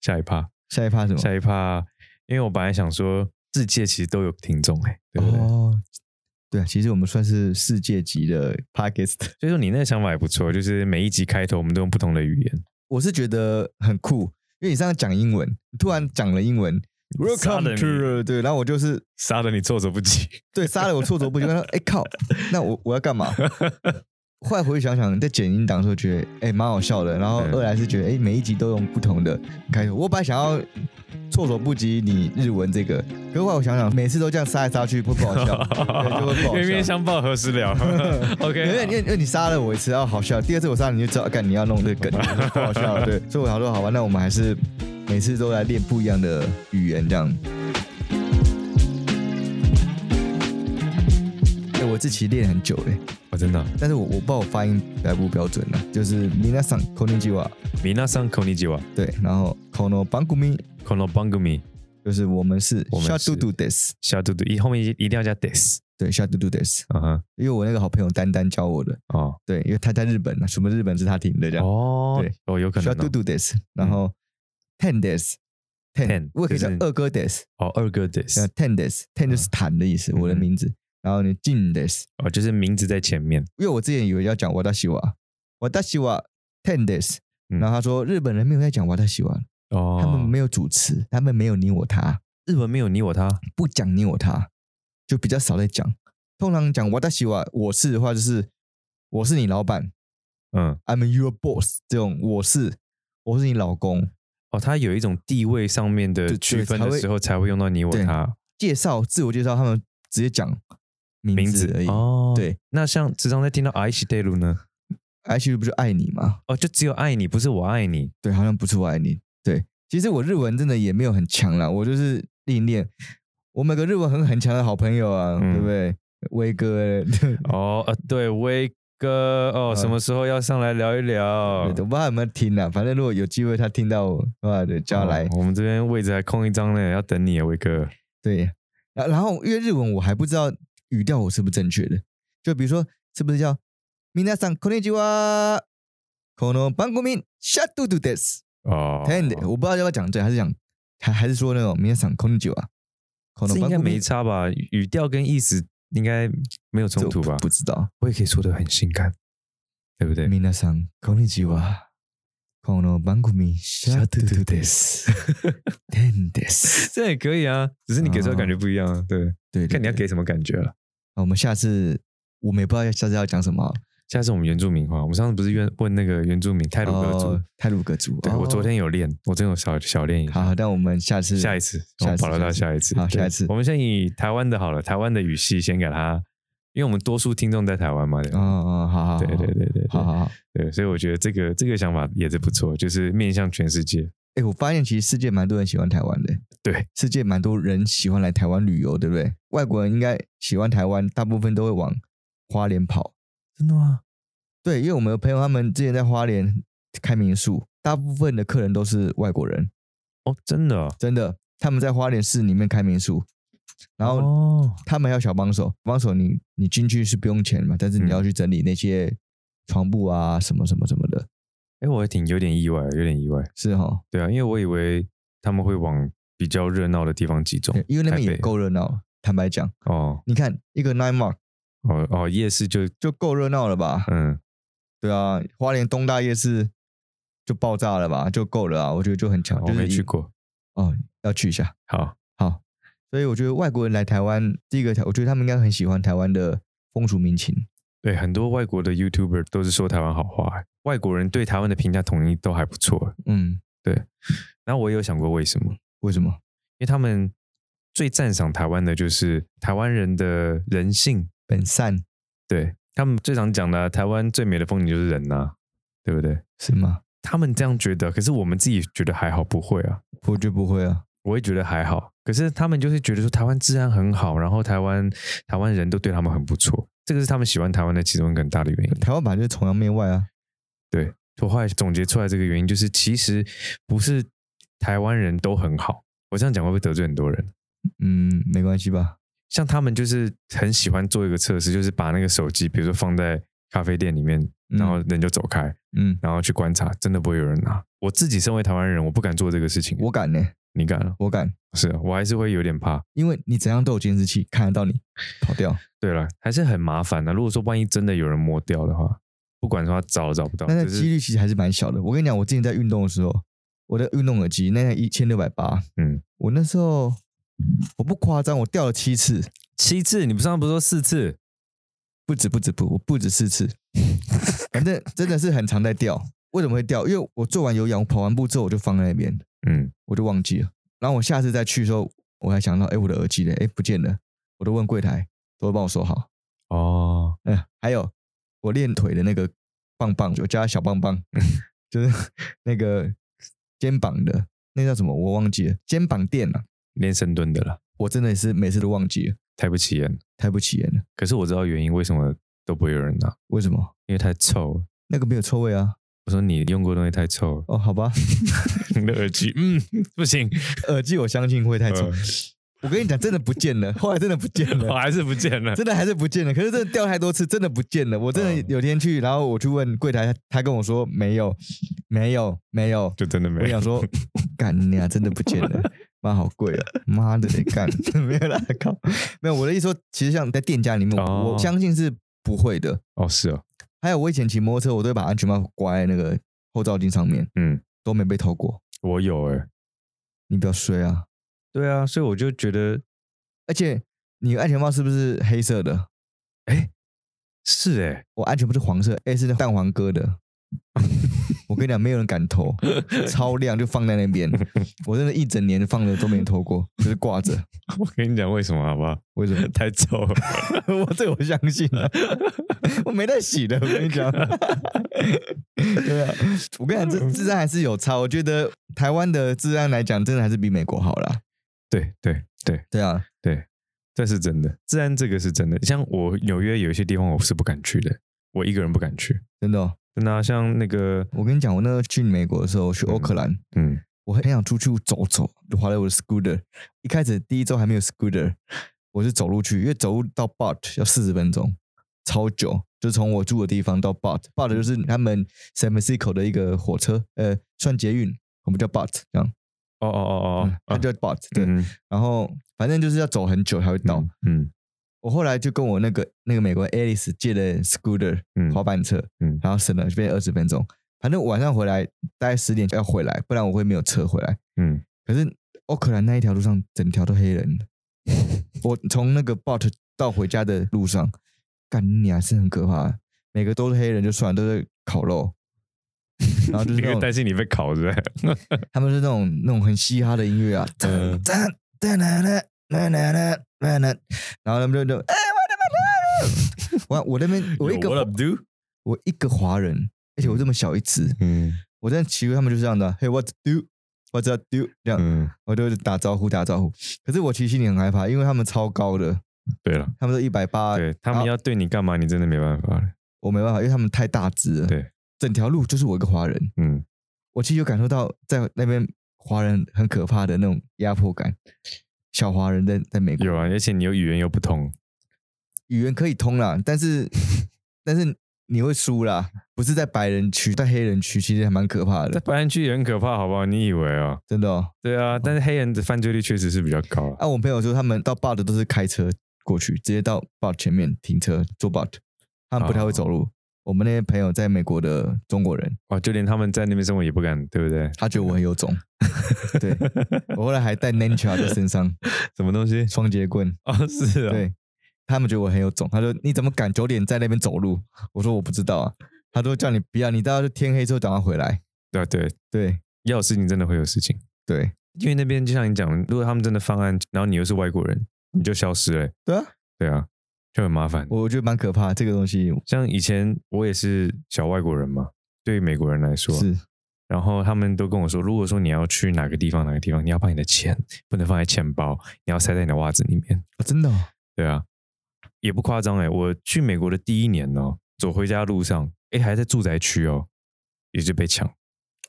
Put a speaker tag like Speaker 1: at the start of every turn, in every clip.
Speaker 1: 下一趴，
Speaker 2: 下一趴什么？
Speaker 1: 下一趴，因为我本来想说世界其实都有听众哎、对不对？
Speaker 2: 哦，对啊，其实我们算是世界级的 p a k i s t
Speaker 1: 所以说你那个想法也不错，就是每一集开头我们都用不同的语言。
Speaker 2: 我是觉得很酷，因为你这样讲英文，你突然讲了英文
Speaker 1: 杀了
Speaker 2: ，Welcome
Speaker 1: 你
Speaker 2: to 对，然后我就是
Speaker 1: 杀的你措手不及，
Speaker 2: 对杀了我措手不及，然后哎 靠，那我我要干嘛？后来回去想想，在剪音档的时候觉得哎蛮好笑的，然后
Speaker 1: 对
Speaker 2: 二来是觉得哎每一集都用不同的开头，我本来想要措手不及你日文这个，可是后来我想想，每次都这样杀来杀去会不好笑， 对就会不好
Speaker 1: 冤冤
Speaker 2: 笑。
Speaker 1: 相报何时 了？OK，
Speaker 2: 因为因为因为你杀了我一次，要好笑；第二次我杀了你就知道，干你要弄这个梗，不好笑。对，所以我想说，好吧，那我们还是每次都来练不一样的语言，这样。哎，我自己练很久嘞，
Speaker 1: 我真的啊，
Speaker 2: 但是我我不知道我发音标不标准啊，就是皆さんこんにちは，
Speaker 1: 米娜桑口尼吉瓦，
Speaker 2: 对，然后この番組
Speaker 1: 口诺邦古米，
Speaker 2: 就是我们是
Speaker 1: 我们
Speaker 2: 小
Speaker 1: 是
Speaker 2: 嘟嘟 this，
Speaker 1: 小嘟嘟，一后面一定要加 this，
Speaker 2: 对，小嘟嘟 this，
Speaker 1: 啊哈，
Speaker 2: 因为我那个好朋友丹丹教我的，
Speaker 1: 哦
Speaker 2: 对，因为他在日本啊，什么日本是他听的这样。
Speaker 1: 哦
Speaker 2: 对，
Speaker 1: 哦，有可
Speaker 2: 需
Speaker 1: 能
Speaker 2: 要
Speaker 1: 哦
Speaker 2: do do this，然后 ten this。
Speaker 1: Ten，
Speaker 2: 我也可以
Speaker 1: 就
Speaker 2: 叫
Speaker 1: 是
Speaker 2: 二哥 this，
Speaker 1: 哦，二个 this，
Speaker 2: 呃，ten this，ten 就是弹的意思，我的
Speaker 1: 嗯哼
Speaker 2: 名字。然后呢，进 this，
Speaker 1: 哦，就是名字在前面，
Speaker 2: 因为我之前以为要讲我达西瓦，我达西瓦 ten this，
Speaker 1: 嗯
Speaker 2: 然后他说日本人没有在讲我达西瓦，
Speaker 1: 哦，
Speaker 2: 他们没有主持，他们没有你我他，
Speaker 1: 日文没有你我他，
Speaker 2: 不讲你我他，就比较少在讲。通常讲我达西瓦，我是的话就是我是你老板
Speaker 1: 嗯，
Speaker 2: ，I'm your boss 这种我是我是你老公，
Speaker 1: 哦，他有一种地位上面的
Speaker 2: 对
Speaker 1: 区
Speaker 2: 对
Speaker 1: 分
Speaker 2: 才
Speaker 1: 的
Speaker 2: 会
Speaker 1: 时候才会用到你我
Speaker 2: 对
Speaker 1: 他
Speaker 2: 介绍自我介绍，他们直接讲名
Speaker 1: 名
Speaker 2: 字
Speaker 1: 字
Speaker 2: 而已。
Speaker 1: 哦，。
Speaker 2: 对，
Speaker 1: 那像时常在听到 I 西带路呢，
Speaker 2: ，H 不就爱你吗？
Speaker 1: 哦，就只有爱你，不是我爱你，
Speaker 2: 对，好像不是我爱你。对，其实我日文真的也没有很强啦，我就是练一练。我们有个日文很很强的好朋友啊，
Speaker 1: 嗯
Speaker 2: 对不对？威哥，对
Speaker 1: 哦，呃，对，威哥，哦，
Speaker 2: 嗯
Speaker 1: 什么时候要上来聊一聊？
Speaker 2: 我不知道有没有听啊。反正如果有机会他听到我，啊，对，叫他来。
Speaker 1: 哦我们这边位置还空一张呢，要等你啊，威哥。
Speaker 2: 对，然然后因为日文我还不知道语调我是不是正确的，就比如说是不是叫“皆さんこんにちは”，この番組シャットゥです。
Speaker 1: 哦
Speaker 2: ten，我不知道要不要讲对，还是讲还还是说那种明天赏空酒啊，可
Speaker 1: 这
Speaker 2: 能
Speaker 1: 应该没差吧？语调跟意思应该没有冲突吧？
Speaker 2: 不知道。
Speaker 1: 我也可以说的很性感，对不对？
Speaker 2: 明天赏空酒啊，この番組シャトゥです ten this。
Speaker 1: 这也可以啊，只是你给出来感觉不一样啊。对，
Speaker 2: 对，对
Speaker 1: 看你要
Speaker 2: 对
Speaker 1: 给什么感觉了。
Speaker 2: 啊我们下次我们也不知道要下次要讲什么啊。
Speaker 1: 下次我们原住民话，我们上次不是问问那个原住民泰鲁格族
Speaker 2: 哦？，泰鲁格族。
Speaker 1: 对
Speaker 2: 哦
Speaker 1: 我昨天有练，我真的有小小练一下。
Speaker 2: 好，但我们下次
Speaker 1: 下一次，我
Speaker 2: 下
Speaker 1: 们
Speaker 2: 次
Speaker 1: 保留到下一次。
Speaker 2: 好
Speaker 1: 对
Speaker 2: 下一次
Speaker 1: 我们先以台湾的好了，台湾的语系先给它，因为我们多数听众在台湾嘛。对吧
Speaker 2: 哦哦，好好，好
Speaker 1: 对对，对对，对
Speaker 2: 好好好。
Speaker 1: 对，所以我觉得这个这个想法也是不错，就是面向全世界。
Speaker 2: 哎，我发现其实世界蛮多人喜欢台湾的。
Speaker 1: 对，
Speaker 2: 世界蛮多人喜欢来台湾旅游，对不对？外国人应该喜欢台湾，大部分都会往花莲跑。
Speaker 1: 真的吗？
Speaker 2: 对，因为我们有朋友他们之前在花莲开民宿，大部分的客人都是外国人，
Speaker 1: 哦，真的哦。
Speaker 2: 真的，他们在花莲市里面开民宿，然后
Speaker 1: 哦，
Speaker 2: 他们还有小帮手，帮手你你进去是不用钱嘛，
Speaker 1: 嗯
Speaker 2: 但是你要去整理那些床布啊什么什么什么的，
Speaker 1: 哎，我还挺有点意外，有点意外。
Speaker 2: 是哈，
Speaker 1: 对啊，因为我以为他们会往比较热闹的地方集中，
Speaker 2: 因为那边
Speaker 1: 台
Speaker 2: 也
Speaker 1: 北
Speaker 2: 够热闹。坦白讲，
Speaker 1: 哦
Speaker 2: 你看一个 Nine Mark
Speaker 1: 哦哦，夜市就
Speaker 2: 就够热闹了吧？
Speaker 1: 嗯，
Speaker 2: 对啊，花莲东大夜市就爆炸了吧，就够了啊，我觉得就很强。
Speaker 1: 我
Speaker 2: 就是
Speaker 1: 没
Speaker 2: 一
Speaker 1: 去过。
Speaker 2: 哦，要去一下。
Speaker 1: 好，
Speaker 2: 好，所以我觉得外国人来台湾，第一个，我觉得他们应该很喜欢台湾的风俗民情。
Speaker 1: 对，很多外国的 YouTuber 都是说台湾好话，哎外国人对台湾的评价统一都还不错。
Speaker 2: 嗯，
Speaker 1: 然后我也有想过为什么，因
Speaker 2: 为什么？
Speaker 1: 为他们最赞赏台湾的就是台湾人的人性，
Speaker 2: 本善
Speaker 1: 对他们最常讲的啊、台湾最美的风景就是人呐、对不对？
Speaker 2: 是吗？
Speaker 1: 他们这样觉得，可是我们自己觉得还好，不会啊，
Speaker 2: 我觉得不会啊。
Speaker 1: 我也觉得还好。可是他们就是觉得说台湾治安很好，然后台湾台湾人都对他们很不错，这个是他们喜欢台湾的其中一个很大的原因。
Speaker 2: 台湾本来就是崇洋媚外啊。
Speaker 1: 我后来总结出来这个原因就是，其实不是台湾人都很好。我这样讲会不会得罪很多人？
Speaker 2: 嗯，没关系吧？
Speaker 1: 像他们就是很喜欢做一个测试，就是把那个手机，比如说放在咖啡店里面，
Speaker 2: 嗯
Speaker 1: 然后人就走开，
Speaker 2: 嗯，
Speaker 1: 然后去观察，真的不会有人拿。我自己身为台湾人，我不敢做这个事情。
Speaker 2: 我敢呢、
Speaker 1: 你敢了？
Speaker 2: 我敢，
Speaker 1: 是啊我还是会有点怕。
Speaker 2: 因为你怎样都有监视器看得到你跑掉。
Speaker 1: 对了，还是很麻烦的、如果说万一真的有人摸掉的话，不管说他找都找不到，
Speaker 2: 但
Speaker 1: 只
Speaker 2: 是几
Speaker 1: 是
Speaker 2: 率其实还是蛮小的。我跟你讲，我之前在运动的时候，我的运动耳机那台一千六百八，
Speaker 1: 嗯，
Speaker 2: 我那时候我不夸张，我掉了七次，
Speaker 1: 七次，你不上次不是说四次？
Speaker 2: 不止不止不，我不止四次， 反正真的是很常在掉。为什么会掉？因为我做完有氧，我跑完步之后我就放在那边，
Speaker 1: 嗯，
Speaker 2: 我就忘记了。然后我下次再去的时候，我还想到，哎，我的耳机嘞，哎，不见了，我都问柜台，都会帮我收好。
Speaker 1: 哦，
Speaker 2: 嗯，还有我练腿的那个棒棒，我叫它小棒棒， 就是那个肩膀的那叫什么，我忘记了，肩膀垫啊，
Speaker 1: 练深蹲的了，
Speaker 2: 我真的是每次都忘记了，
Speaker 1: 太不起眼。
Speaker 2: 太不起眼了。
Speaker 1: 可是我知道原因，为什么都不会有人拿，
Speaker 2: 为什么？
Speaker 1: 因为太臭了。
Speaker 2: 那个没有臭味啊？
Speaker 1: 我说你用过的东西太臭了，
Speaker 2: 哦，好吧，
Speaker 1: 你的耳机，嗯，不 行，
Speaker 2: 耳机我相信会太臭。
Speaker 1: 呃
Speaker 2: 我跟你讲，真的不见了，后来真的不见
Speaker 1: 我
Speaker 2: 了。
Speaker 1: 哦还是不见了。
Speaker 2: 真的还是不见了，可是真的掉太多次，真的不见了。我真
Speaker 1: 嗯
Speaker 2: 的有天去，然后我去问柜台，他跟我说没有，没有，没 有，
Speaker 1: 就真的
Speaker 2: 我
Speaker 1: 没有
Speaker 2: 想 说，干你啊，真的不见了，妈好贵啊，妈的干 没有啦，靠，没有。我的意思说，其实像在店家里面，
Speaker 1: 哦
Speaker 2: 我相信是不会的。
Speaker 1: 哦，是哦，
Speaker 2: 还有我以前骑摩托车，我都会把安全帽挂在那个后照镜上面，
Speaker 1: 嗯，
Speaker 2: 都没被偷过。
Speaker 1: 我有哎、
Speaker 2: 你不要衰啊！
Speaker 1: 对啊，所以我就觉得
Speaker 2: 而且你安全帽是不是黑色的？
Speaker 1: 是哎、
Speaker 2: 我安全帽是黄色，哎、是那蛋黄哥的。 我跟你讲，没有人敢偷，超亮就放在那边。我真的一整年放着都没人偷过，就是挂着。
Speaker 1: 我跟你讲为什么好不好？
Speaker 2: 为什么？
Speaker 1: 太臭了，
Speaker 2: 我这我相信、啊， 我没在洗的，我跟你讲。 对啊，我跟你讲，
Speaker 1: 嗯
Speaker 2: 这治安还是有差。我觉得台湾的治安来讲，真的还是比美国好啦。
Speaker 1: 对对对
Speaker 2: 对啊，
Speaker 1: 对，这是真的，自然这个是真的。像我纽约有一些地方我是不敢去的，我一个人不敢去。
Speaker 2: 真的哦、
Speaker 1: 真的啊、像那个，
Speaker 2: 我跟你讲，我那时候去美国的时候，我去
Speaker 1: 嗯
Speaker 2: 奥克兰，
Speaker 1: 嗯，
Speaker 2: 我很想出去走走，就划了我的 scooter。一开始第一周还没有 scooter，我是走路去，因为走路到 Bart 要四十分钟，超久。就从我住的地方到 Bart，Bart 就是
Speaker 1: 嗯
Speaker 2: 他们 San Francisco 的一个火车，呃，算捷运，我们叫 Bart 这样。
Speaker 1: 哦哦哦
Speaker 2: 哦
Speaker 1: 哦，，
Speaker 2: 它叫 bot，对，
Speaker 1: 嗯
Speaker 2: 然后反正就是要走很久才会到。
Speaker 1: 嗯嗯
Speaker 2: 我后来就跟我那个那个美国 Alice 借了 scooter
Speaker 1: 嗯
Speaker 2: 滑板车，
Speaker 1: 嗯
Speaker 2: 然后省了就变二十分钟。反正晚上回来大概十点就要回来，不然我会没有车回来。
Speaker 1: 嗯，
Speaker 2: 可是奥克兰那一条路上整条都黑人，我从那个 bot 到回家的路上，干你还是很可怕的。每个都是黑人就算了，都是烤肉，然后就是
Speaker 1: 因
Speaker 2: 那
Speaker 1: 为
Speaker 2: 种
Speaker 1: 担心你被烤是不是？
Speaker 2: 他们是那种那种很嘻哈的音乐啊，
Speaker 1: 嗯
Speaker 2: 噔噔噔噔噔噔噔噔噔，然后他们就就哎，我的妈的，我我那边我 一
Speaker 1: Yo, What
Speaker 2: 个
Speaker 1: up, do？
Speaker 2: 我一个华人，而且我这么小一只，
Speaker 1: 嗯
Speaker 2: 我在骑路他们就是这样的，Hey what to do what to do 这样，
Speaker 1: 嗯，
Speaker 2: 我就打招呼打招呼。可是我其实心里很害怕，因为他们超高的，
Speaker 1: 对了，
Speaker 2: 他们都一百八，
Speaker 1: 对他们
Speaker 2: 啊好
Speaker 1: 要对你干嘛，你真的没办法了。
Speaker 2: 我没办法，因为他们太大只了。
Speaker 1: 对，
Speaker 2: 整条路就是我一个华人，
Speaker 1: 嗯，
Speaker 2: 我其实有感受到在那边华人很可怕的那种压迫感。小华人在在美国
Speaker 1: 有啊，而且你又语言又不通，
Speaker 2: 语言可以通啦，但是 但是你会输啦，不是在白人区，在黑人区其实还蛮可怕
Speaker 1: 在
Speaker 2: 的，
Speaker 1: 白人区也很可怕，好不好？你以为啊、哦？
Speaker 2: 真的、哦。
Speaker 1: 对啊，但是黑人的犯罪率确实是比较高啊。
Speaker 2: 啊，我朋友说他们到 BOT 都是开车过去，直接到 BOT 前面停车坐 BOT，他们不太会走路。我们那些朋友在美国的中国人，
Speaker 1: 哇，哦就连他们在那边生活也不敢，对不对？
Speaker 2: 他觉得我很有种， 对我后来还带 Ninja 在身上，
Speaker 1: 什么东 西？
Speaker 2: 双节棍，
Speaker 1: 哦，是啊、
Speaker 2: 对他们觉得我很有种，他说你怎么敢九点在那边走路？我说我不知道啊，他说叫你不要，你到天黑之后赶快回来，
Speaker 1: 对啊对，
Speaker 2: 对
Speaker 1: 要有事情真的会有事情，
Speaker 2: 对
Speaker 1: 因为那边就像你讲，的，如果他们真的犯案，然后你又是外国人，你就消失了、
Speaker 2: 对啊。
Speaker 1: 对啊，就很麻烦。
Speaker 2: 我觉得蛮可怕，这个东西
Speaker 1: 像以前我也是小外国人嘛，对于美国人来说，
Speaker 2: 是
Speaker 1: 然后他们都跟我说，如果说你要去哪个地方哪个地方，你要把你的钱不能放在钱包，你要塞在你的袜子里面。
Speaker 2: 哦真的哦、
Speaker 1: 对啊，也不夸张哎、我去美国的第一年哦，走回家路上，哎、还在住宅区哦，也就被抢，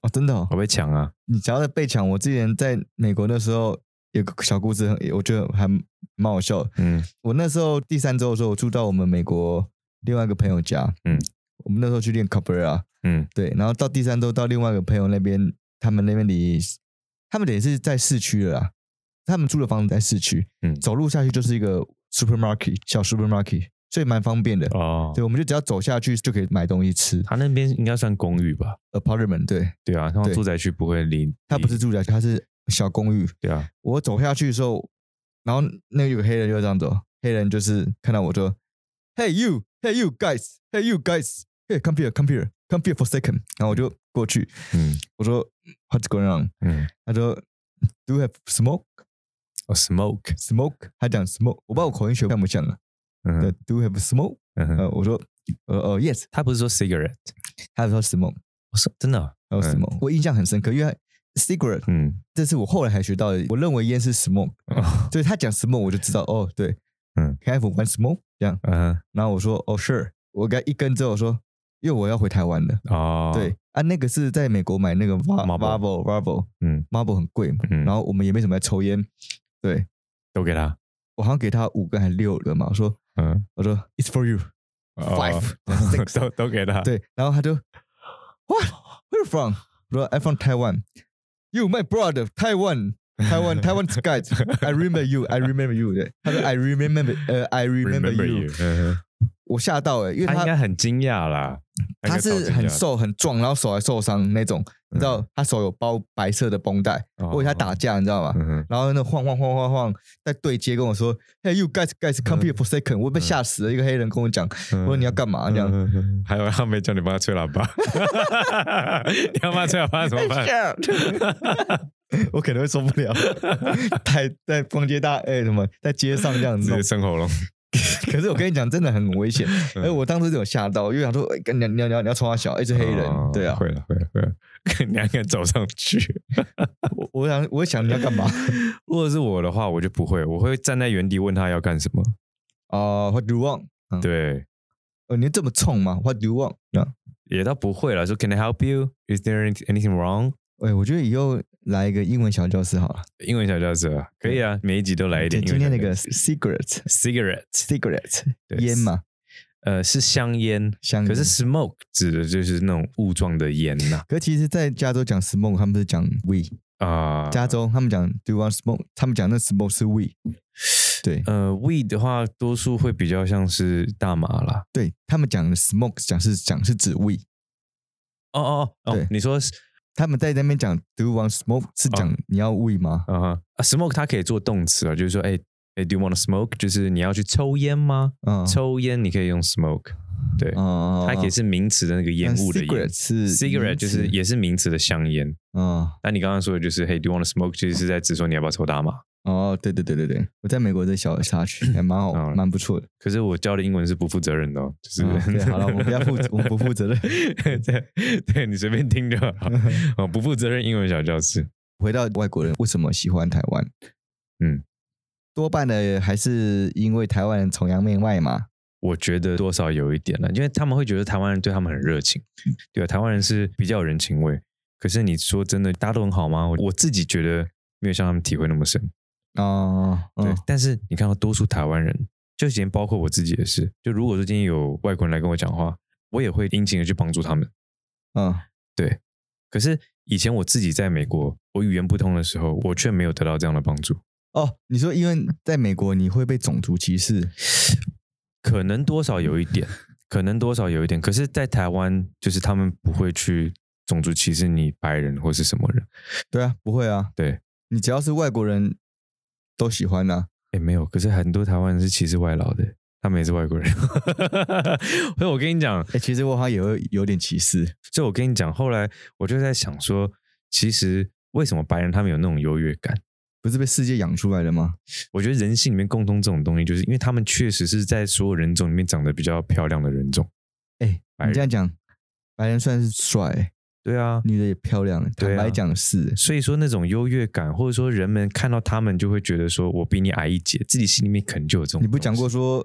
Speaker 2: 哦真的、哦。
Speaker 1: 我被抢啊，
Speaker 2: 你讲到被抢，我之前在美国那时候有个小故事，很我觉得还蛮好笑的。
Speaker 1: 嗯
Speaker 2: 我那时候第三周的时候，我住到我们美国另外一个朋友家，
Speaker 1: 嗯，
Speaker 2: 我们那时候去练 Cabrera，
Speaker 1: 嗯
Speaker 2: 对，然后到第三周到另外一个朋友那边他们那边离，他们等于是在市区了啦，他们住的房子在市区，
Speaker 1: 嗯
Speaker 2: 走路下去就是一个 supermarket 小 supermarket，所以蛮方便的。
Speaker 1: 哦
Speaker 2: 对，，我们就只要走下去就可以买东西吃。
Speaker 1: 他那边应该算公寓吧？
Speaker 2: apartment，对，
Speaker 1: 对啊，他
Speaker 2: 对
Speaker 1: 住宅区不会离，
Speaker 2: 它不是住宅区，它是小公寓。
Speaker 1: 对啊，
Speaker 2: 我走下去的时候，然后那有个黑人就这样走，黑人就是看到我就，Hey you, Hey you guys, Hey you guys, Hey come here, come here, come here for a second，然后我就过去，
Speaker 1: 嗯
Speaker 2: 我说 What's going on？
Speaker 1: 嗯，
Speaker 2: 他说 Do you have smoke?
Speaker 1: 哦，smoke，
Speaker 2: Smoke？他讲 smoke，我不知道我口音学像不像啊。
Speaker 1: 嗯
Speaker 2: 对
Speaker 1: 哼
Speaker 2: ，Do you have smoke？
Speaker 1: 嗯哼，
Speaker 2: 呃，我说呃呃 Yes，
Speaker 1: 他不是说 cigarette，
Speaker 2: 他说 smoke，
Speaker 1: 我说真的啊，
Speaker 2: 他
Speaker 1: 嗯
Speaker 2: 说 smoke，我印象很深刻，因为他 cigarette
Speaker 1: 嗯，
Speaker 2: 这是我后来还学到的，我认为烟是 smoke，
Speaker 1: 哦
Speaker 2: 所以他讲 smoke 我就知道哦，对，
Speaker 1: 嗯
Speaker 2: ，Can I have one smoke？这样，
Speaker 1: 嗯哼，
Speaker 2: 然后我说哦 sure，我给他一根之后我说，因为我要回台湾的，
Speaker 1: 哦，
Speaker 2: 对，啊那个是在美国买那个
Speaker 1: Marlboro
Speaker 2: Marvel Marvel
Speaker 1: 嗯
Speaker 2: Marvel 很贵嘛，
Speaker 1: 嗯，
Speaker 2: 然后我们也没什么在抽烟，对
Speaker 1: 都给他，
Speaker 2: 我好像给他五根还六根嘛，我说
Speaker 1: 嗯
Speaker 2: 我说 It's for you
Speaker 1: 哦
Speaker 2: five six，
Speaker 1: 都都给他，，
Speaker 2: 对，然后他就 What where you from？我说 I'm from Taiwan。You my brother Taiwan Taiwan Taiwan guys I remember you I remember you 对，他说 I remember 呃 I remember
Speaker 1: remember
Speaker 2: you，
Speaker 1: you，嗯哼
Speaker 2: 我吓到哎、欸，因为
Speaker 1: 他应该
Speaker 2: 他
Speaker 1: 很惊讶啦，
Speaker 2: 他
Speaker 1: 应该超
Speaker 2: 是
Speaker 1: 惊
Speaker 2: 很
Speaker 1: 讶，
Speaker 2: 瘦很壮，然后手还受伤那种，你
Speaker 1: 嗯
Speaker 2: 知道他手有包白色的绷带，我
Speaker 1: 我
Speaker 2: 以为他打，架你知道吗？
Speaker 1: 哦嗯哼
Speaker 2: 然后那晃晃晃晃晃，在对接跟我说，Hey you guys guys come here for a second，我被吓死了。一个黑人跟我讲，我说你要干嘛这样？
Speaker 1: 嗯嗯嗯还有他没叫你帮他吹喇叭， 你要帮他吹喇叭怎么 办？
Speaker 2: 我可能会受不了，在在逛街大哎、什么，在街上这样
Speaker 1: 直
Speaker 2: 子弄
Speaker 1: 接。生喉咙。
Speaker 2: 可是我跟你讲，真的很危险。
Speaker 1: 嗯
Speaker 2: 哎，我当时就有吓到，因为想说，哎跟你你要你要你要冲他小，一、是黑人，
Speaker 1: 哦
Speaker 2: 对啊，
Speaker 1: 会了会了会了， 你还敢走上去？
Speaker 2: 我我想我想你要干嘛？
Speaker 1: 如果是我的话，我就不会，我会站在原地问他要干什么。
Speaker 2: 啊、w h a t do you want？嗯
Speaker 1: 对，
Speaker 2: 哦，你这么冲吗？What do you want？啊，
Speaker 1: 也倒不会了，说 Can I help you? Is there any- anything wrong?
Speaker 2: 哎，我觉得以后来一个英文小教室好了。
Speaker 1: 英文小教室啊可以啊，每一集都来一点。
Speaker 2: 今天那
Speaker 1: 英
Speaker 2: 个
Speaker 1: 文小教室
Speaker 2: cigarette
Speaker 1: cigarette
Speaker 2: cigarette
Speaker 1: 对
Speaker 2: 烟，嘛，
Speaker 1: 呃，是香烟，
Speaker 2: 香烟
Speaker 1: 可是 smoke 指的就是那种雾状的烟呐
Speaker 2: 可其实，在加州讲 smoke，他们是讲 we。
Speaker 1: 啊。
Speaker 2: 加州他们讲 do you want smoke，他们讲那 smoke 是 we。对
Speaker 1: 呃，weed 的话，多数会比较像是大麻啦。
Speaker 2: 对，他们讲的 smoke 讲是讲是指 we。
Speaker 1: 哦哦哦哦
Speaker 2: 对，
Speaker 1: 你说是
Speaker 2: 他们在那边讲 do you want smoke 是
Speaker 1: 哦
Speaker 2: 讲你要 we 吗？
Speaker 1: 啊哈啊，smoke 它可以做动词啊，就是说，哎哎，do you want to smoke？就是你要去抽烟吗？
Speaker 2: 嗯，
Speaker 1: 抽烟你可以用 smoke，对，
Speaker 2: 嗯，
Speaker 1: 它可以是名词的那个烟雾的烟
Speaker 2: cigarette 是
Speaker 1: ，cigarette 就是也是名词的香烟。
Speaker 2: 嗯。
Speaker 1: 那你刚刚说的就是，嘿，do you want to smoke？其实是在指说你要不要抽大麻。
Speaker 2: 哦，对对对对对，我在美国这小 插曲还蛮好，
Speaker 1: 哦
Speaker 2: 蛮不错的。
Speaker 1: 可是我教的英文是不负责任的哦，就是、
Speaker 2: 啊对好了我们不要负责我们不负责任
Speaker 1: 对，对你随便听就 好，哦，不负责任英文小教室，
Speaker 2: 回到外国人为什么喜欢台湾？
Speaker 1: 嗯，
Speaker 2: 多半的还是因为台湾人崇洋媚外嘛。
Speaker 1: 我觉得多少有一点了，因为他们会觉得台湾人对他们很热情，
Speaker 2: 嗯
Speaker 1: 对啊，台湾人是比较有人情味。可是你说真的，大家都很好吗？我我自己觉得没有像他们体会那么深。
Speaker 2: 哦，
Speaker 1: 对，
Speaker 2: 嗯
Speaker 1: 但是你看到多数台湾人，就连包括我自己也是，就如果说今天有外国人来跟我讲话，我也会殷勤的去帮助他们。
Speaker 2: 嗯，
Speaker 1: 可是以前我自己在美国，我语言不通的时候，我却没有得到这样的帮助。
Speaker 2: 哦，你说因为在美国你会被种族歧视，
Speaker 1: 可能多少有一点，可能多少有一点。可是，在台湾，就是他们不会去种族歧视你白人或是什么人。
Speaker 2: 对啊，不会啊，
Speaker 1: 对，
Speaker 2: 你只要是外国人都喜欢啊呐、
Speaker 1: 哎，没有。可是很多台湾人是歧视外劳的，他们也是外国人。 所以我跟你讲，
Speaker 2: 哎、其实我好像也会有点歧视，
Speaker 1: 所以我跟你讲，后来我就在想说，其实为什么白人他们有那种优越感？
Speaker 2: 不是被世界养出来的吗？
Speaker 1: 我觉得人性里面共通这种东西，就是因为他们确实是在所有人种里面长得比较漂亮的人种。
Speaker 2: 哎、
Speaker 1: 白
Speaker 2: 你
Speaker 1: 人
Speaker 2: 这样讲，白人算是帅、
Speaker 1: 对啊，
Speaker 2: 女的也漂亮，
Speaker 1: 对
Speaker 2: 坦
Speaker 1: 啊
Speaker 2: 白讲是、
Speaker 1: 所以说那种优越感，或者说人们看到他们就会觉得说我比你矮一截，自己心里面可能就有这种。
Speaker 2: 你不讲过？说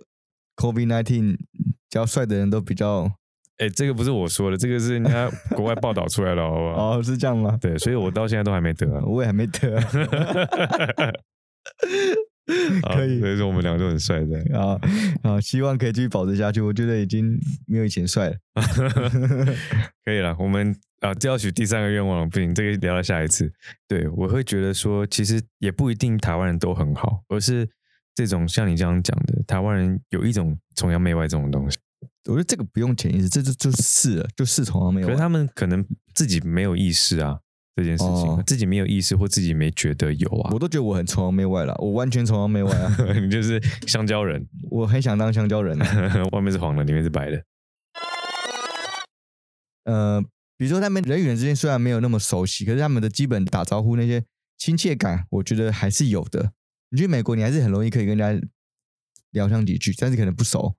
Speaker 2: COVID nineteen 比较帅的人都比较
Speaker 1: 哎，这个不是我说的，这个是人家国外报道出来的，好不 好？
Speaker 2: 哦，是这样吗？呃
Speaker 1: 对，所以我到现在都还没得啊。
Speaker 2: 我也还没得啊、
Speaker 1: 啊
Speaker 2: 可以
Speaker 1: 所以说我们两个都很帅的。
Speaker 2: 啊啊！希望可以继续保持下去。我觉得已经没有以前帅了。
Speaker 1: 可以了，我们啊，这要许第三个愿望了不行，这个聊到下一次。对，我会觉得说，其实也不一定台湾人都很好，而是这种像你这样讲的，台湾人有一种崇洋媚外这种东西，
Speaker 2: 我觉得这个不用潜意识，这就就是了，就是从来没有啊
Speaker 1: 可是
Speaker 2: 完。
Speaker 1: 他们可能自己没有意识啊，这件事情、
Speaker 2: 哦
Speaker 1: 自己没有意识或自己没觉得有啊
Speaker 2: 我。都觉得我很崇洋媚外了，我完全崇洋媚外 啊！
Speaker 1: 你就是香蕉人，
Speaker 2: 我很想当香蕉 人、啊。
Speaker 1: 外面是黄的，里面是白的。
Speaker 2: 呃，比如说他们人与人之间虽然没有那么熟悉，可是他们的基本打招呼那些亲切感，我觉得还是有的。你去美国，你还是很容易可以跟人家聊上几句，但是可能不熟。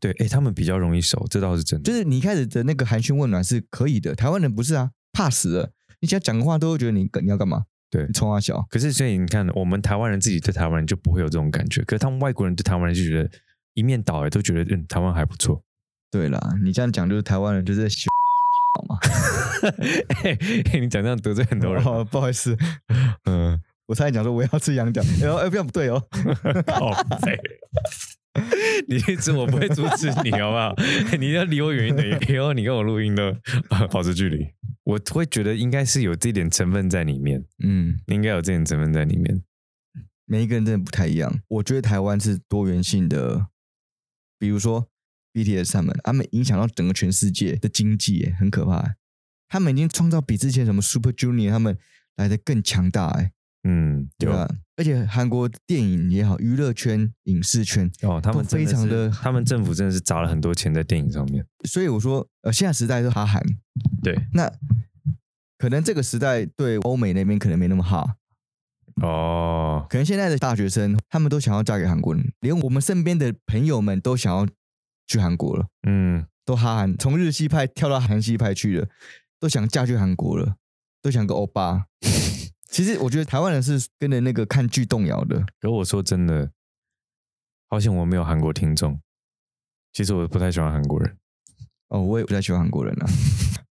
Speaker 1: 对，哎、他们比较容易熟，这倒是真的。
Speaker 2: 就是你一开始的那个寒暄问暖是可以的，台湾人不是啊，怕死了。你只要讲个话，都会觉得你你要干嘛？
Speaker 1: 对
Speaker 2: 你冲啊小，
Speaker 1: 可是，所以你看，我们台湾人自己对台湾人就不会有这种感觉，可是他们外国人对台湾人就觉得一面倒，哎，都觉得嗯，台湾还不错。
Speaker 2: 对啦，你这样讲就是台湾人就是在喜
Speaker 1: 嘿嘿你讲这样得罪很多人，
Speaker 2: 哦，不好意思，
Speaker 1: 嗯，
Speaker 2: 我差点讲说我要吃 羊角，然后哎，不要不对哦，
Speaker 1: 靠背。 你一直我不会阻止你，好不好？ 你要离我远一 点，以后你跟我录音都啊保持距离。我会觉得应该是有这点成分在里面，
Speaker 2: 嗯，
Speaker 1: 应该有这点成分在里面。
Speaker 2: 每一个人真的不太一样。我觉得台湾是多元性的，比如说 BTS 他们，他们影响到整个全世界的经济耶，很可怕耶。他们已经创造比之前什么 Super Junior 他们来的更强大，哎，
Speaker 1: 嗯，
Speaker 2: 对啊吧？而且韩国电影也好，娱乐圈、影视圈，
Speaker 1: 哦，他们
Speaker 2: 都非
Speaker 1: 真
Speaker 2: 常
Speaker 1: 是
Speaker 2: 的
Speaker 1: 他们政府真的是砸了很多钱在电影上面。
Speaker 2: 所以我说，呃，现在时代是哈韩，
Speaker 1: 对，
Speaker 2: 那可能这个时代对欧美那边可能没那么哈，
Speaker 1: 哦，
Speaker 2: 可能现在的大学生他们都想要嫁给韩国人，连我们身边的朋友们都想要去韩国了。
Speaker 1: 嗯，
Speaker 2: 都哈韩，从日系派跳到韩系派去了，都想嫁去韩国了，都想个欧巴。其实我觉得台湾人是跟着那个看剧动摇的，
Speaker 1: 可我说真的，好险我没有韩国听众。其实我不太喜欢韩国人。
Speaker 2: 哦，我也不太喜欢韩国人啊。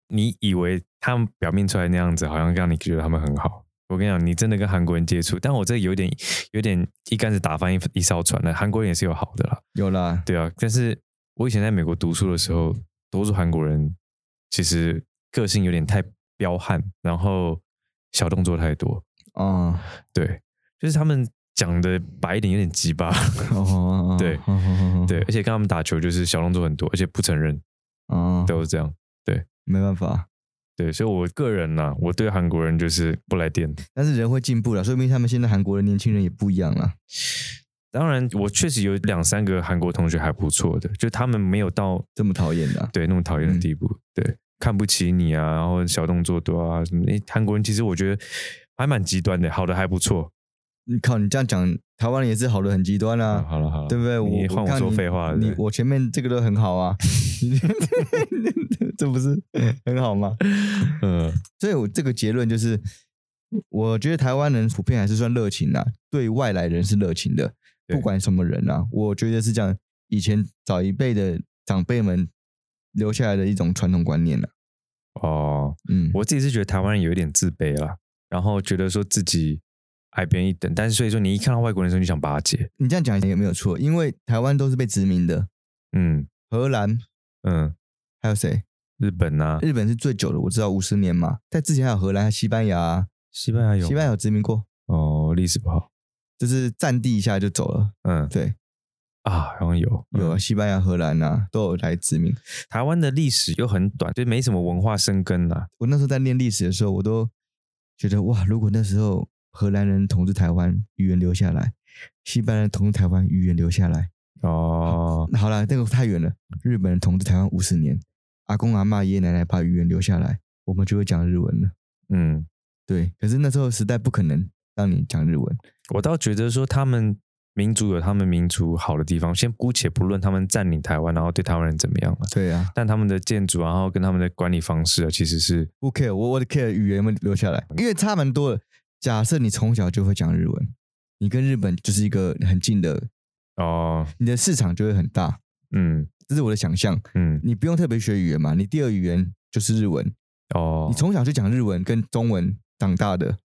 Speaker 1: 你以为他们表面出来那样子，好像让你觉得他们很好。我跟你讲，你真的跟韩国人接触，但我这有点有点一竿子打翻一一艘船了。韩国人也是有好的啦，
Speaker 2: 有啦，
Speaker 1: 对啊。但是我以前在美国读书的时候，多数韩国人其实个性有点太彪悍，然后小动作太多，
Speaker 2: 哦，
Speaker 1: 对，就是他们讲的白一点，有点鸡巴。
Speaker 2: 哦，
Speaker 1: 对
Speaker 2: 哦哦哦
Speaker 1: 对，而且跟他们打球就是小动作很多，而且不承认，
Speaker 2: 哦，
Speaker 1: 都是这样。
Speaker 2: 没办法，
Speaker 1: 对，所以我个人呢、我对韩国人就是不来电。
Speaker 2: 但是人会进步了，说明他们现在韩国的年轻人也不一样了。
Speaker 1: 当然，我确实有两三个韩国同学还不错的，就他们没有到
Speaker 2: 这么讨厌的啊、
Speaker 1: 对那么讨厌的地步，
Speaker 2: 嗯
Speaker 1: 对，看不起你啊，然后小动作多啊什么。诶，韩国人其实我觉得还蛮极端的，好的还不错。
Speaker 2: 你靠，你这样讲，台湾人也是好的很极端
Speaker 1: 啊
Speaker 2: 啊，
Speaker 1: 好了好了，
Speaker 2: 对不对？
Speaker 1: 你
Speaker 2: 我
Speaker 1: 换我
Speaker 2: 看
Speaker 1: 说
Speaker 2: 你
Speaker 1: 废话了，
Speaker 2: 你
Speaker 1: 对
Speaker 2: 我前面这个都很好啊， 这不是很好吗？
Speaker 1: 嗯
Speaker 2: 所以我这个结论就是，我觉得台湾人普遍还是算热情啦，对外来人是热情的，
Speaker 1: 对
Speaker 2: 不管什么人啊，我觉得是这样。以前早一辈的长辈们留下来的一种传统观念了、
Speaker 1: 哦，
Speaker 2: 嗯，
Speaker 1: 我自己是觉得台湾人有一点自卑啦，然后觉得说自己矮别人一等，但是所以说你一看到外国人的时候，你就想巴结，
Speaker 2: 你这样讲也没有错，因为台湾都是被殖民的，
Speaker 1: 嗯
Speaker 2: 荷兰
Speaker 1: 嗯，
Speaker 2: 还有谁？
Speaker 1: 日本啊呐、
Speaker 2: 日本是最久的，我知道五十年嘛，在之前还有荷兰、还有西班牙啊、
Speaker 1: 西班牙有吗，
Speaker 2: 西班牙有殖民过，
Speaker 1: 哦，历史不好，
Speaker 2: 就是占地一下就走了。
Speaker 1: 嗯
Speaker 2: 对，
Speaker 1: 啊，好像有
Speaker 2: 有啊，西班牙、荷兰啊，都有来殖民。
Speaker 1: 台湾的历史又很短，就没什么文化生根啦。
Speaker 2: 我那时候在念历史的时候，我都觉得哇，如果那时候荷兰人统治台湾，语言留下来；西班牙人统治台湾，语言留下来。
Speaker 1: 哦，
Speaker 2: 好啦，那个太远了。日本人统治台湾五十年，阿公阿嬷、爷爷奶奶把语言留下来，我们就会讲日文了。
Speaker 1: 嗯，
Speaker 2: 对，可是那时候时代不可能让你讲日文。
Speaker 1: 我倒觉得说他们民族有他们民族好的地方，先姑且不论他们占领台湾，然后对台湾人怎么样了，
Speaker 2: 对啊，
Speaker 1: 但他们的建筑，然后跟他们的管理方式啊，其实是
Speaker 2: 不 care，我我的 care 语言有没有留下来，因为差蛮多的。假设你从小就会讲日文，你跟日本就是一个很近的，
Speaker 1: 哦，
Speaker 2: 你的市场就会很大。
Speaker 1: 嗯
Speaker 2: 这是我的想象。
Speaker 1: 嗯，
Speaker 2: 你不用特别学语言嘛，你第二语言就是日文，
Speaker 1: 哦
Speaker 2: 你，从小就讲日文跟中文长大的，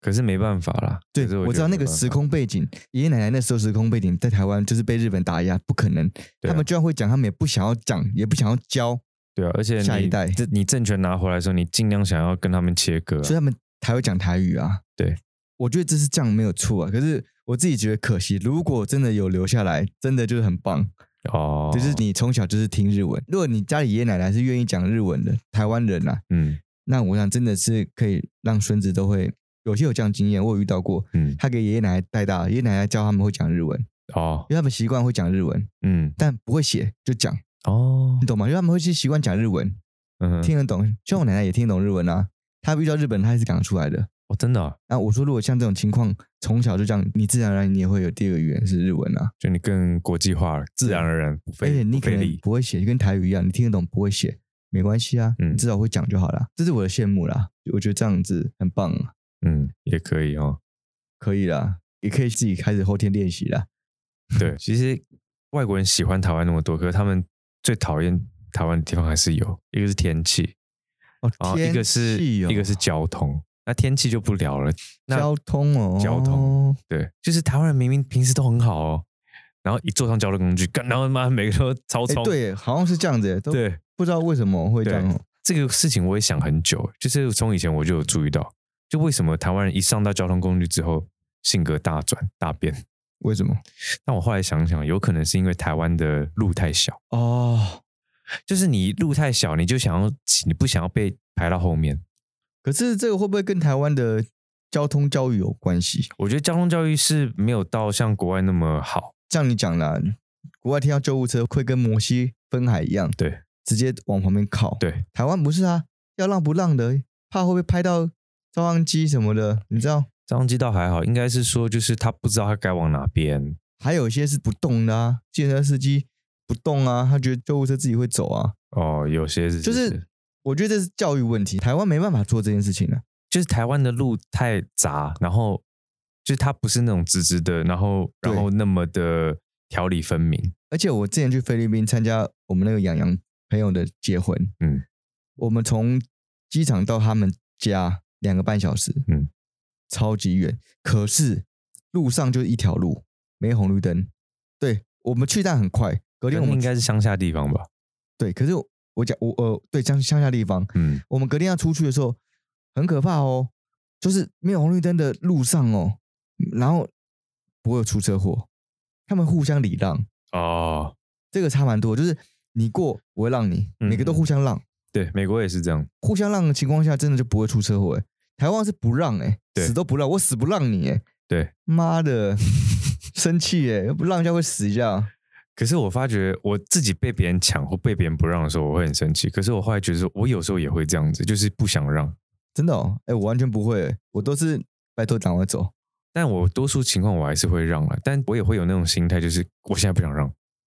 Speaker 1: 可是没办法啦。
Speaker 2: 对
Speaker 1: 可是，我
Speaker 2: 我知
Speaker 1: 觉
Speaker 2: 道
Speaker 1: 得
Speaker 2: 那
Speaker 1: 没
Speaker 2: 个
Speaker 1: 办
Speaker 2: 时
Speaker 1: 法，
Speaker 2: 空背景，爷爷奶奶那时候时空背景在台湾就是被日本打压，不可能。
Speaker 1: 对
Speaker 2: 他
Speaker 1: 啊
Speaker 2: 们就算会讲，他们也不想要讲，也不想要教，
Speaker 1: 对啊，而且
Speaker 2: 下一
Speaker 1: 你
Speaker 2: 代
Speaker 1: 这你政权拿回来的时候，你尽量想要跟他们切割啊、
Speaker 2: 所以他们才会讲台语啊。
Speaker 1: 对，
Speaker 2: 我觉得这是这样没有错啊。可是我自己觉得可惜，如果真的有留下来，真的就是很棒。
Speaker 1: 哦，
Speaker 2: 就是你从小就是听日文，如果你家里爷爷奶奶是愿意讲日文的台湾人啊，
Speaker 1: 嗯
Speaker 2: 那我想真的是可以让孙子都会有些有这样经验，我有遇到过，
Speaker 1: 嗯
Speaker 2: 他给爷爷奶奶带大，爷爷奶奶教他们会讲日文，
Speaker 1: 哦
Speaker 2: 因为他们习惯会讲日文，
Speaker 1: 嗯
Speaker 2: 但不会写就讲，
Speaker 1: 哦
Speaker 2: 你懂吗？因为他们会去习惯讲日文，
Speaker 1: 嗯哼，
Speaker 2: 听得懂。像我奶奶也听得懂日文啊，她遇到日本人她也是讲得出来的。
Speaker 1: 哦真的啊、
Speaker 2: 那我说，如果像这种情况，从小就这样，你自然而然你也会有第二个语言是日文啊，
Speaker 1: 就你更国际化了，自然而然不
Speaker 2: 而且
Speaker 1: 费
Speaker 2: 你
Speaker 1: 不
Speaker 2: 可
Speaker 1: 费
Speaker 2: 能
Speaker 1: 力。
Speaker 2: 不会写，就跟台语一样，你听得懂不会写没关系啊，
Speaker 1: 嗯
Speaker 2: 你至少会讲就好了。这是我的羡慕啦，我觉得这样子很棒啊。
Speaker 1: 嗯，也可以哦。
Speaker 2: 可以啦，也可以自己开始后天练习啦。
Speaker 1: 对，其实外国人喜欢台湾那么多，可是他们最讨厌台湾的地方还是有一个是天气，
Speaker 2: 哦
Speaker 1: 然后
Speaker 2: 天
Speaker 1: 一个是、
Speaker 2: 气哦
Speaker 1: 一个是交通。那天气就不聊了，那
Speaker 2: 交通哦，
Speaker 1: 交通对，就是台湾人明明平时都很好哦，然后一坐上交通工具，干然后妈每个都超
Speaker 2: 哎、
Speaker 1: 冲。
Speaker 2: 对，好像是这样子耶，都
Speaker 1: 对，
Speaker 2: 不知道为什么会这样哦。
Speaker 1: 这个事情我也想很久，就是从以前我就有注意到，就为什么台湾人一上到交通工具之后性格大转大变。
Speaker 2: 为什么？
Speaker 1: 但我后来想想，有可能是因为台湾的路太小，
Speaker 2: 哦，
Speaker 1: 就是你路太小，你就想要你不想要被排到后面。
Speaker 2: 可是这个会不会跟台湾的交通教育有关系？
Speaker 1: 我觉得交通教育是没有到像国外那么好，
Speaker 2: 像你讲啦，国外听到救护车会跟摩西分海一样，
Speaker 1: 对，
Speaker 2: 直接往旁边靠。
Speaker 1: 对，
Speaker 2: 台湾不是啊，要让不让的，怕会不会拍到照相机什么的，你知道？
Speaker 1: 张机倒还好，应该是说就是他不知道他该往哪边。
Speaker 2: 还有一些是不动的啊，计程车司机不动啊，他觉得救护车自己会走啊。
Speaker 1: 哦，有些是
Speaker 2: 就是我觉得这是教育问题，台湾没办法做这件事情啊。
Speaker 1: 就是台湾的路太杂，然后就是它不是那种直直的，然后
Speaker 2: 对
Speaker 1: 然后那么的条理分明。
Speaker 2: 而且我之前去菲律宾参加我们那个养羊朋友的结婚，
Speaker 1: 嗯，
Speaker 2: 我们从机场到他们家两个半小时，
Speaker 1: 嗯，
Speaker 2: 超级远，可是路上就是一条路，没红绿灯。对我们去但很快，隔天我
Speaker 1: 那
Speaker 2: 们
Speaker 1: 应该是乡下地方吧？
Speaker 2: 对，可是我我讲我呃对乡乡下地方，
Speaker 1: 嗯，
Speaker 2: 我们隔天要出去的时候，很可怕哦，就是没有红绿灯的路上哦，然后不会有出车祸，他们互相礼让，
Speaker 1: 哦，
Speaker 2: 这个差蛮多，就是你过我会让你，
Speaker 1: 嗯
Speaker 2: 每个都互相让，
Speaker 1: 对，美国也是这样。
Speaker 2: 互相让的情况下，真的就不会出车祸。哎，台湾是不让哎，
Speaker 1: 对
Speaker 2: 死都不让，我死不让你哎，
Speaker 1: 对，
Speaker 2: 妈的， 生气哎，不让一下会死一下。
Speaker 1: 可是我发觉我自己被别人抢或被别人不让的时候，我会很生气。可是我后来觉得说，我有时候也会这样子，就是不想让。
Speaker 2: 真的哦，哎，我完全不会欸，我都是拜托赶快走。
Speaker 1: 但我多数情况我还是会让了，但我也会有那种心态，就是我现在不想让。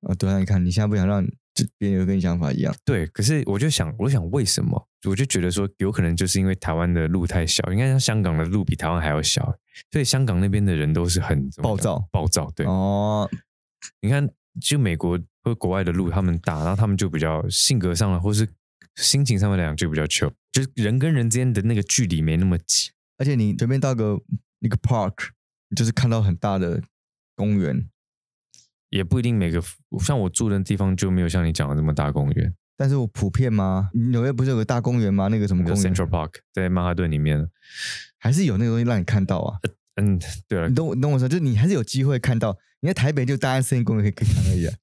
Speaker 2: 啊，对啊，你看你现在不想让就别人有跟你想法一样，
Speaker 1: 对，可是我就想，我想为什么？我就觉得说，有可能就是因为台湾的路太小，应该像香港的路比台湾还要小，所以香港那边的人都是很怎么
Speaker 2: 暴
Speaker 1: 讲
Speaker 2: 躁
Speaker 1: 暴躁。对，
Speaker 2: 哦，
Speaker 1: 你看，就美国和国外的路，他们大，然后他们就比较性格上或是心情上面来讲就比较 chill，就是人跟人之间的那个距离没那么挤。
Speaker 2: 而且你随便到个一个 park，你就是看到很大的公园，
Speaker 1: 也不一定每个像我住的地方就没有像你讲的这么大公园，
Speaker 2: 但是我普遍吗？纽约不是有个大公园吗？那个什么
Speaker 1: 你的
Speaker 2: 公园
Speaker 1: Central Park 在曼哈顿里面。
Speaker 2: 还是有那个东西让你看到啊？
Speaker 1: 嗯，对了
Speaker 2: 你，懂我你懂我说，就是你还是有机会看到。你在台北就大安森林公园可以看而已啊。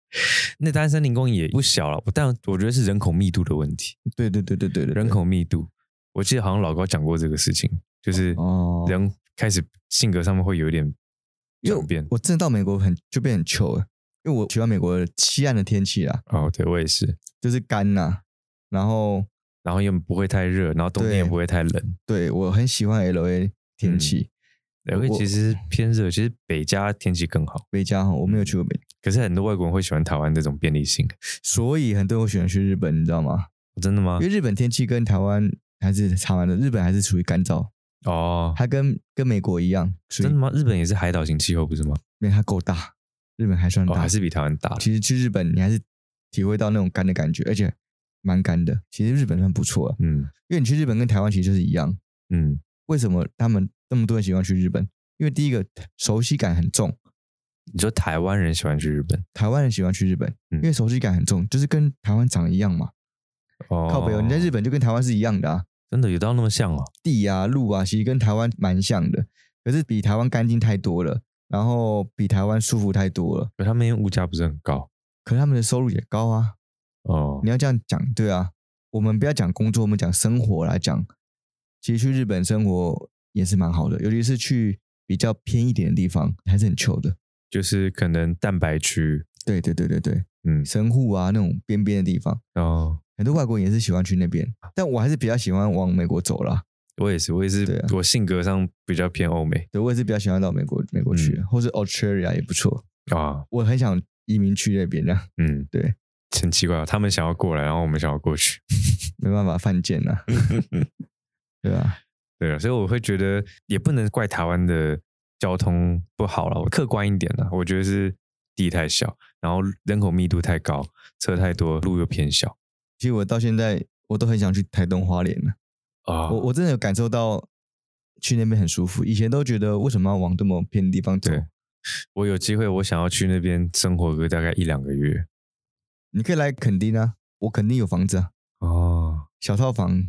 Speaker 1: 那单森林公园也不小了，但我觉得是人口密度的问题。
Speaker 2: 对对对对对对，
Speaker 1: 人口密度，我记得好像老高讲过这个事情，就是
Speaker 2: 哦，
Speaker 1: 人开始性格上面会有一点
Speaker 2: 因为
Speaker 1: 转变。
Speaker 2: 我真的到美国很就变很糗了，因为我喜欢美国的西岸的天气啊，
Speaker 1: 哦，对我也是，
Speaker 2: 就是干呐、然后
Speaker 1: 然后又不会太热，然后冬天
Speaker 2: 对
Speaker 1: 也不会太冷。
Speaker 2: 对我很喜欢 L A 天
Speaker 1: 嗯
Speaker 2: 气。
Speaker 1: 因为
Speaker 2: 我
Speaker 1: 其实偏热，其实北加天气更好，
Speaker 2: 北加哈，我没有去过北，
Speaker 1: 可是很多外国人会喜欢台湾这种便利性。哦
Speaker 2: 所以很多人会喜欢去日本，你知道吗？
Speaker 1: 真的吗
Speaker 2: 因为？日本天气跟台湾还是差蛮多，日本还是属于干燥，
Speaker 1: 哦，
Speaker 2: 它跟跟美国一样，属于
Speaker 1: 真的吗？日本也是海岛型气候，不是吗？
Speaker 2: 因为它够大，日本还算
Speaker 1: 哦，
Speaker 2: 大，
Speaker 1: 还是比台湾大。
Speaker 2: 其实去日本你还是体会到那种干的感觉，而且蛮干的。其实日本算不错啊，
Speaker 1: 嗯
Speaker 2: 因为你去日本跟台湾其实就是一样。
Speaker 1: 嗯，
Speaker 2: 为什么他们那么多人喜欢去日本？因为第一个熟悉感很重，
Speaker 1: 你说台湾人喜欢去日本，
Speaker 2: 台湾人喜欢去日本，
Speaker 1: 嗯
Speaker 2: 因为熟悉感很重，就是跟台湾长得一样嘛。
Speaker 1: 哦
Speaker 2: 靠北哦，你在日本就跟台湾是一样的啊，
Speaker 1: 真的有到那么像哦？
Speaker 2: 地啊、路啊，其实跟台湾蛮像的，可是比台湾干净太多了，然后比台湾舒服太多了。
Speaker 1: 可他们那边物价不是很高
Speaker 2: 可是他们的收入也高啊，
Speaker 1: 哦
Speaker 2: 你。要这样讲，对啊。我们不要讲工作，我们讲生活来讲，其实去日本生活也是蛮好的，尤其是去比较偏一点的地方，还是很穷的。
Speaker 1: 就是可能蛋白区，
Speaker 2: 对对对对对，
Speaker 1: 嗯，
Speaker 2: 神户啊那种边边的地方，
Speaker 1: 哦，
Speaker 2: 很多外国人也是喜欢去那边，但我还是比较喜欢往美国走啦。
Speaker 1: 我也是，我也是，
Speaker 2: 对啊
Speaker 1: 我性格上比较偏欧美
Speaker 2: 对，我也是比较喜欢到美国美国去，或是 Australia 也不错，
Speaker 1: 啊，
Speaker 2: 我很想移民去那边的，
Speaker 1: 嗯，
Speaker 2: 对，
Speaker 1: 很奇怪、哦，他们想要过来，然后我们想要过去，
Speaker 2: 没办法犯贱啊。对啊，
Speaker 1: 对啊，所以我会觉得也不能怪台湾的交通不好了，我客观一点啦，我觉得是地太小，然后人口密度太高，车太多，路又偏小
Speaker 2: 其实我到现在我都很想去台东花莲了。
Speaker 1: 啊，
Speaker 2: 我我真的有感受到去那边很舒服。以前都觉得为什么要往这么偏的地方走？
Speaker 1: 对我有机会，我想要去那边生活个大概一两个月
Speaker 2: 你可以来垦丁啊，我垦丁有房子啊，
Speaker 1: 哦，
Speaker 2: 小套房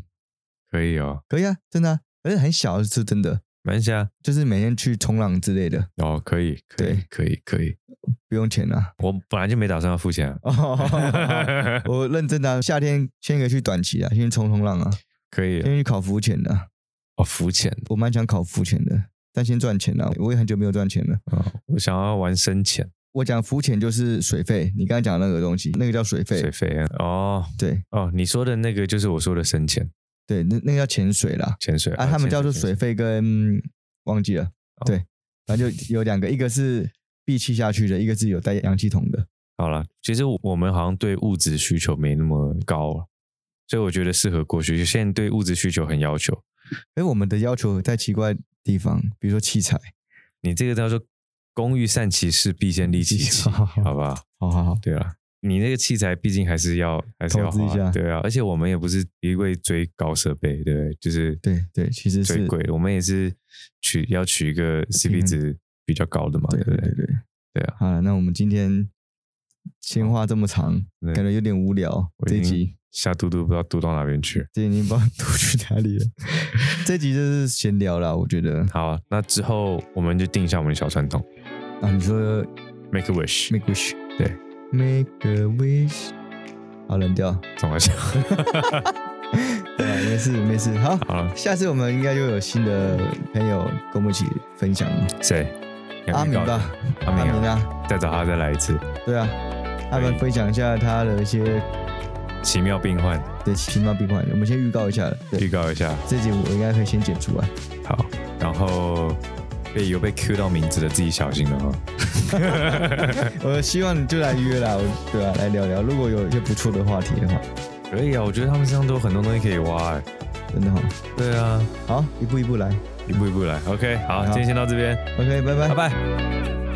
Speaker 1: 可以哦，
Speaker 2: 可以啊，真的、啊，而且很小是真的，
Speaker 1: 蛮下
Speaker 2: 就是每天去冲浪之类的，
Speaker 1: 哦，可以，可以
Speaker 2: 对，
Speaker 1: 可以，可以，
Speaker 2: 不用钱啊。
Speaker 1: 我本来就没打算要付 钱、啊。
Speaker 2: 哦我认真的啊、夏天先可以去短期啊，先冲冲浪啊，
Speaker 1: 可以
Speaker 2: 先去考浮潜的啊、
Speaker 1: 哦，浮潜
Speaker 2: 我蛮想考浮潜的，但先赚钱啊，我也很久没有赚钱了。
Speaker 1: 啊、哦我想要玩深潜、
Speaker 2: 我讲浮潜就是水费，你刚才讲的那个东西，那个叫水费，
Speaker 1: 水肺啊哦
Speaker 2: 对
Speaker 1: 哦，你说的那个就是我说的深潜、
Speaker 2: 对，那那个叫潜水啦。
Speaker 1: 潜水
Speaker 2: 啊，他们叫做，
Speaker 1: 潜
Speaker 2: 水费跟忘记了，
Speaker 1: 哦
Speaker 2: 对，反正就有两个，一个是闭气下去的，一个是有带氧气筒的。
Speaker 1: 好了，其实我们好像对物质需求没那么高，所以我觉得适合过去。有些人对物质需求很要求，
Speaker 2: 哎，我们的要求在奇怪的地方，比如说器材，
Speaker 1: 你这个叫做“工欲善其事，必先利其 器”，好吧？
Speaker 2: 好好好，
Speaker 1: 对啊，你那个器材毕竟还是要还是要
Speaker 2: 投资一
Speaker 1: 花
Speaker 2: 下
Speaker 1: 对啊。而且我们也不是一味追高设备，对不对？就是
Speaker 2: 对对，其实
Speaker 1: 最
Speaker 2: 是
Speaker 1: 贵的，我们也是取要取一个 CP 值比较高的嘛，
Speaker 2: 对
Speaker 1: 对不
Speaker 2: 对
Speaker 1: 对
Speaker 2: 对？对，
Speaker 1: 对啊，
Speaker 2: 好了，那我们今天先话这么长，
Speaker 1: 对
Speaker 2: 感觉有点无聊，
Speaker 1: 我
Speaker 2: 这
Speaker 1: 已
Speaker 2: 一
Speaker 1: 经
Speaker 2: 集。
Speaker 1: 瞎嘟嘟不知道嘟到哪边去。
Speaker 2: 这已经不知道 读去哪里了，这集就是闲聊啦，我觉得
Speaker 1: 好啊，那之后我们就定一下我们的小传统
Speaker 2: 啊，你说
Speaker 1: ，Make a wish，
Speaker 2: make wish，
Speaker 1: 对
Speaker 2: ，make a wish，好冷掉，
Speaker 1: 总来想。
Speaker 2: 对啊没事没事，好，
Speaker 1: 好了，
Speaker 2: 下次我们应该就有新的朋友跟我们一起分享了。
Speaker 1: 谁？你还
Speaker 2: 阿
Speaker 1: 没
Speaker 2: 啊明
Speaker 1: 告
Speaker 2: 吧，
Speaker 1: 诉我，
Speaker 2: 阿
Speaker 1: 阿
Speaker 2: 明
Speaker 1: 明啊，
Speaker 2: 啊，
Speaker 1: 再找他再来一次。
Speaker 2: 对啊，他
Speaker 1: 可
Speaker 2: 们
Speaker 1: 以
Speaker 2: 分享一下他的一些
Speaker 1: 奇妙病患，
Speaker 2: 对奇妙病患，我们先预告一下了。对，
Speaker 1: 预告一下。
Speaker 2: 这集我应该会先剪 出来。
Speaker 1: 好，然后被有被 Q 到名字的自己小心了哈。
Speaker 2: 我希望你就来约啦，我对啊，来聊聊，如果有一些不错的话题的话，
Speaker 1: 可以啊，我觉得他们身上都有很多东西可以挖、欸。
Speaker 2: 真的好，
Speaker 1: 对啊，
Speaker 2: 好，一步一步来。
Speaker 1: 一步一步来。OK，好，
Speaker 2: 好
Speaker 1: 今天先到这边，
Speaker 2: OK，拜
Speaker 1: 拜。
Speaker 2: 拜
Speaker 1: 拜。